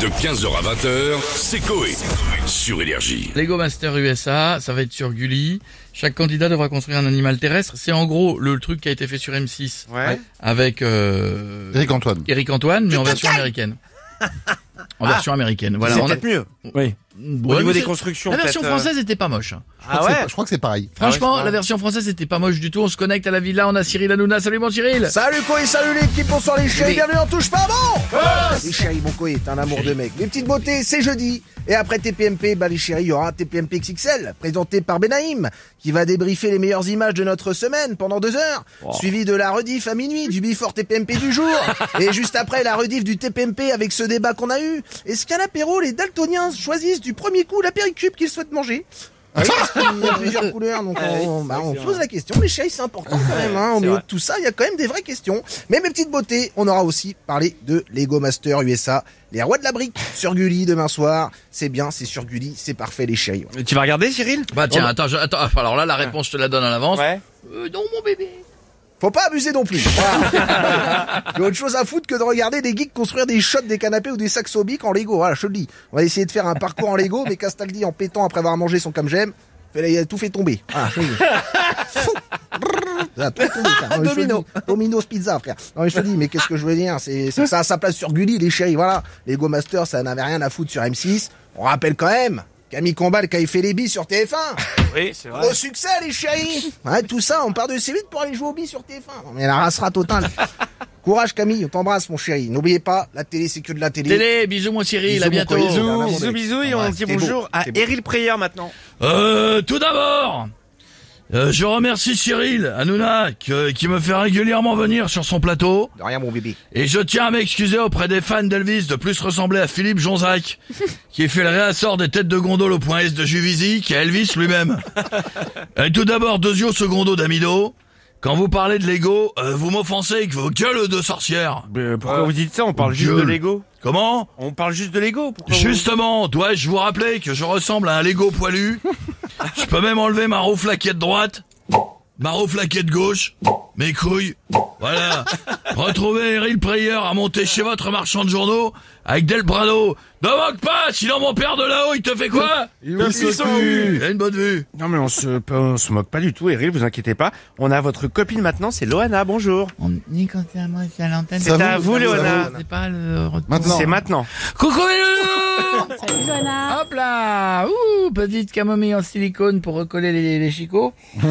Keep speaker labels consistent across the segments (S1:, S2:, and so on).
S1: De 15h à 20h, c'est Coé. Sur Énergie.
S2: Lego Master USA, ça va être sur Gulli. Chaque candidat devra construire un animal terrestre. C'est en gros le truc qui a été fait sur M6
S3: Ouais.
S2: avec euh,
S4: Eric Antoine.
S2: Eric Antoine, mais en version américaine. En version américaine, voilà.
S3: Ah. c'est
S2: On a-
S3: peut-être mieux.
S2: Ouais,
S3: Au niveau
S2: mais
S3: des
S2: c'est-
S3: constructions,
S2: La version
S3: peut-être, euh,
S2: française était pas moche.
S3: Ah
S4: C'est-
S3: ouais
S4: Je crois que c'est pareil.
S2: Franchement, la
S3: c'est vrai.
S2: version française était pas moche du tout. On se connecte à la villa, on a Cyril Hanouna. Salut mon Cyril
S5: Salut Koé, salut l'équipe, bonsoir les chéris,
S2: Mais-
S5: bienvenue en touche pas bon Ah, Les chéris, mon Koé, t'es un amour de mec. Les petites beautés, c'est jeudi. Et après TPMP, bah les chéris, il y aura TPMP XXL, présenté par Benaïm, qui va débriefer les meilleures images de notre semaine pendant deux heures, suivi de la rediff à minuit, du before TPMP du jour, et juste après la rediff du TPMP avec ce débat qu'on a eu. Est-ce qu'à l'apéro, les daltoniens choisissent du premier coup l'apéricube qu'ils souhaitent manger Ah Parce qu'il y a plusieurs couleurs, donc on, bah, on pose la question. Les chéris, c'est important quand même. Hein. Au
S3: c'est
S5: milieu de
S3: vrai.
S5: tout ça, il y a quand même des vraies questions. Mais mes petites beautés, on aura aussi parlé de Lego Master USA, les rois de la brique sur Gulli demain soir. C'est bien, c'est sur Gulli, c'est parfait les chéris.
S3: Mais Tu vas regarder, Cyril
S2: Bah tiens, attends, je- attends. Alors là, la réponse, je te la donne à l'avance.
S3: Ouais.
S2: Euh, non, mon bébé.
S5: Faut pas abuser non plus. Voilà. J'ai autre chose à foutre que de regarder des geeks construire des shots, des canapés ou des sacs sobiques en Lego. Voilà, je te le dis. On va essayer de faire un parcours en Lego, mais Castaldi en pétant après avoir mangé son comme j'aime. Il a tout fait tomber. Voilà, je te le dis. Fou. Il a tout fait tomber, frère. Non, mais je te le dis. Domino's Pizza, frère. Non, mais je te le dis, mais qu'est-ce que je veux dire C'est c'est que ça a sa place sur Gulli, les chéris. Voilà, Lego Master, ça n'avait rien à foutre sur M6. On rappelle quand même Camille Combal qui a fait les billes sur TF1.
S3: Oui, c'est
S5: Au succès, les chéris Ouais, tout ça, on part de C8 pour aller jouer au billes sur TF1. Non, mais la racera totale. Courage, Camille, on t'embrasse, mon chéri. N'oubliez pas, la télé, c'est que de la télé.
S2: Télé, bisous mon Cyril,
S5: Bisous,
S2: à
S5: mon
S2: bientôt.
S5: colis.
S3: Bisous,
S5: Oh,
S3: bisous, bisous, et
S5: Ah,
S3: on
S5: ouais,
S3: dit
S5: t'es beau,
S3: bonjour à
S5: t'es beau.
S3: Eril Prayer maintenant.
S2: Euh, tout d'abord, euh, je remercie Cyril Hanouna que- qui me fait régulièrement venir sur son plateau.
S5: De rien, mon bébé.
S2: Et je tiens à m'excuser auprès des fans d'Elvis de plus ressembler à Philippe Jonzac, qui fait le réassort des têtes de gondole au point S de Juvisy qu'à Elvis lui-même. Et tout d'abord, Deuxio Secondo d'Amido. Quand vous parlez de Lego, euh, vous m'offensez avec vos gueules de sorcières.
S3: pourquoi vous dites ça On parle juste
S2: Gueule.
S3: de Lego.
S2: Comment
S3: On parle juste de Lego. pourquoi vous-
S2: Justement, dois-je vous rappeler que je ressemble à un Lego poilu Je peux même enlever ma roue flaquette droite, ma roue flaquette gauche, mes couilles. Voilà. Retrouvez Eril Prayer à monter chez votre marchand de journaux avec Del Prado. Ne manque pas, sinon mon père de là-haut, il te fait quoi
S3: Il se tue.
S2: Il a une bonne vue.
S3: Non mais on se, on se moque pas du tout, Eril, vous inquiétez pas. On a votre copine maintenant, c'est Loana, bonjour.
S2: Ni quand c'est à moi, c'est à l'antenne.
S4: Ça
S3: C'est à vous,
S4: vous,
S3: Loana.
S2: C'est pas le
S4: Maintenant.
S3: C'est maintenant.
S2: Coucou les loulous
S6: Salut Johanna.
S2: Hop là Ouh, petite camomille en silicone pour recoller les, les chicots. Mmh.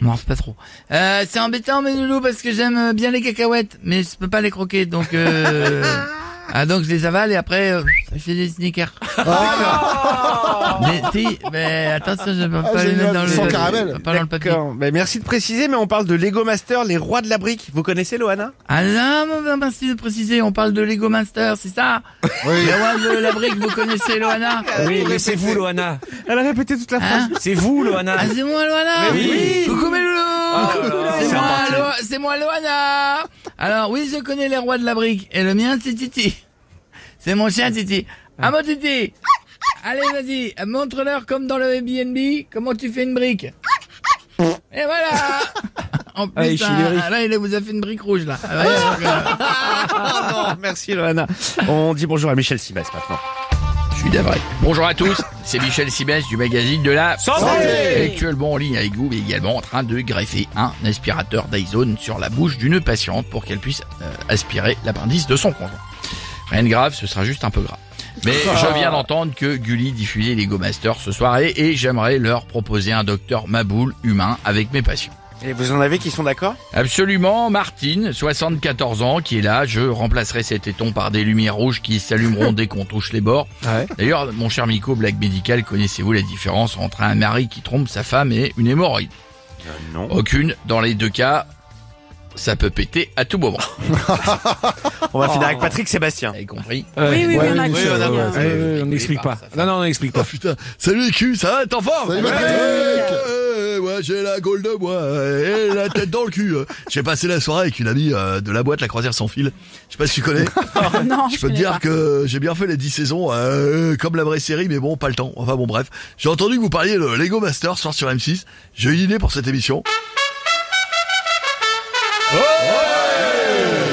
S2: Non, c'est pas trop. Euh, c'est embêtant, mes loulous, parce que j'aime euh, bien les cacahuètes, mais je peux pas les croquer, donc... Euh... Ah, donc je les avale et après, euh, je fais des sneakers.
S4: Oh,
S2: mais si, mais attention, je peux
S4: Ah,
S2: pas les mettre
S4: génial,
S2: dans le...
S4: sans caramel.
S2: Pas dans le papier.
S3: D'accord. Bah, merci de préciser, mais on parle de Lego Master, les rois de la brique. Vous connaissez Loana
S2: Ah là, mon ben, merci de préciser, on parle de Lego Master, c'est ça
S4: Oui.
S2: La One de la brique, vous connaissez, Loana
S7: Oui, mais c'est vous, Loana.
S3: Elle a répété toute la phrase.
S2: Hein
S7: C'est vous, Loana.
S2: Ah, c'est moi Loana
S7: Mais oui.
S2: Coucou mes loulous
S7: là là.
S2: C'est
S7: C'est
S2: moi,
S7: important.
S2: Lo- c'est moi Loana Alors oui, je connais les rois de la brique, et le mien c'est Titi. C'est mon chien Titi. À mon Titi Allez, vas-y, montre-leur comme dans le Airbnb, comment tu fais une brique. Et voilà En plus,
S7: Ah, il chie
S2: hein,
S7: les riches.
S2: là, il vous a fait une brique rouge, là. Ah, ouais, donc, euh,
S3: Ah non, merci Loana. On dit bonjour à Michel Sibès maintenant.
S2: Je suis d'avril. Bonjour à tous, c'est Michel Sibès du magazine de la
S7: Santé
S2: Actuellement en ligne avec vous, mais également en train de greffer un aspirateur Dyson sur la bouche d'une patiente pour qu'elle puisse euh, aspirer l'appendice de son conjoint. Rien de grave, ce sera juste un peu grave. Mais je viens d'entendre que Gulli diffusait les Go Masters ce soir et, et j'aimerais leur proposer un docteur Maboul humain avec mes patients.
S3: Et vous en avez qui sont d'accord
S2: Absolument, Martine, 74 ans, qui est là. Je remplacerai cet éton par des lumières rouges qui s'allumeront dès qu'on touche les bords.
S3: Ouais.
S2: D'ailleurs, mon cher Miko, blague médicale, connaissez-vous la différence entre un mari qui trompe sa femme et une hémorroïde
S3: Non.
S2: Aucune. Dans les deux cas, ça peut péter à tout moment.
S3: On va finir avec Patrick Sébastien.
S2: Vous avez compris
S6: Oui, oui,
S4: Ouais,
S6: oui, on a
S4: oui,
S6: compris.
S4: oui, on a
S6: hein.
S4: compris.
S7: Ouais, ouais, on n'explique pas. Non, non, on n'explique pas.
S2: putain, salut les culs, ça va, t'es en forme
S4: Salut, Patrick
S2: Euh, ouais, j'ai la gaule de bois euh, et la tête dans le cul. euh. J'ai passé la soirée avec une amie euh, de la boîte La Croisière sans fil. Je sais pas si tu connais.
S6: Non,
S2: Je peux te
S6: connais
S2: dire
S6: pas.
S2: que j'ai bien fait les 10 saisons, euh, comme la vraie série, mais bon, pas le temps. Enfin bon, bref. J'ai entendu que vous parliez de Lego Master, soir sur M6. J'ai eu une idée pour cette émission.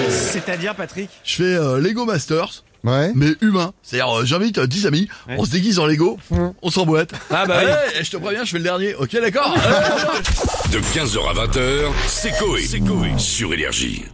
S3: C'est-à-dire Patrick
S2: Je fais euh, Lego Masters,
S4: Ouais.
S7: mais humain. C'est-à-dire, euh, j'invite euh, 10 amis, on se déguise en Lego, on s'emboîte.
S8: Mmh. Ah bah oui.
S7: Eh, je te préviens, je fais le dernier. Ok, d'accord
S1: De 15h à 20h, c'est Coé. Sur Énergie.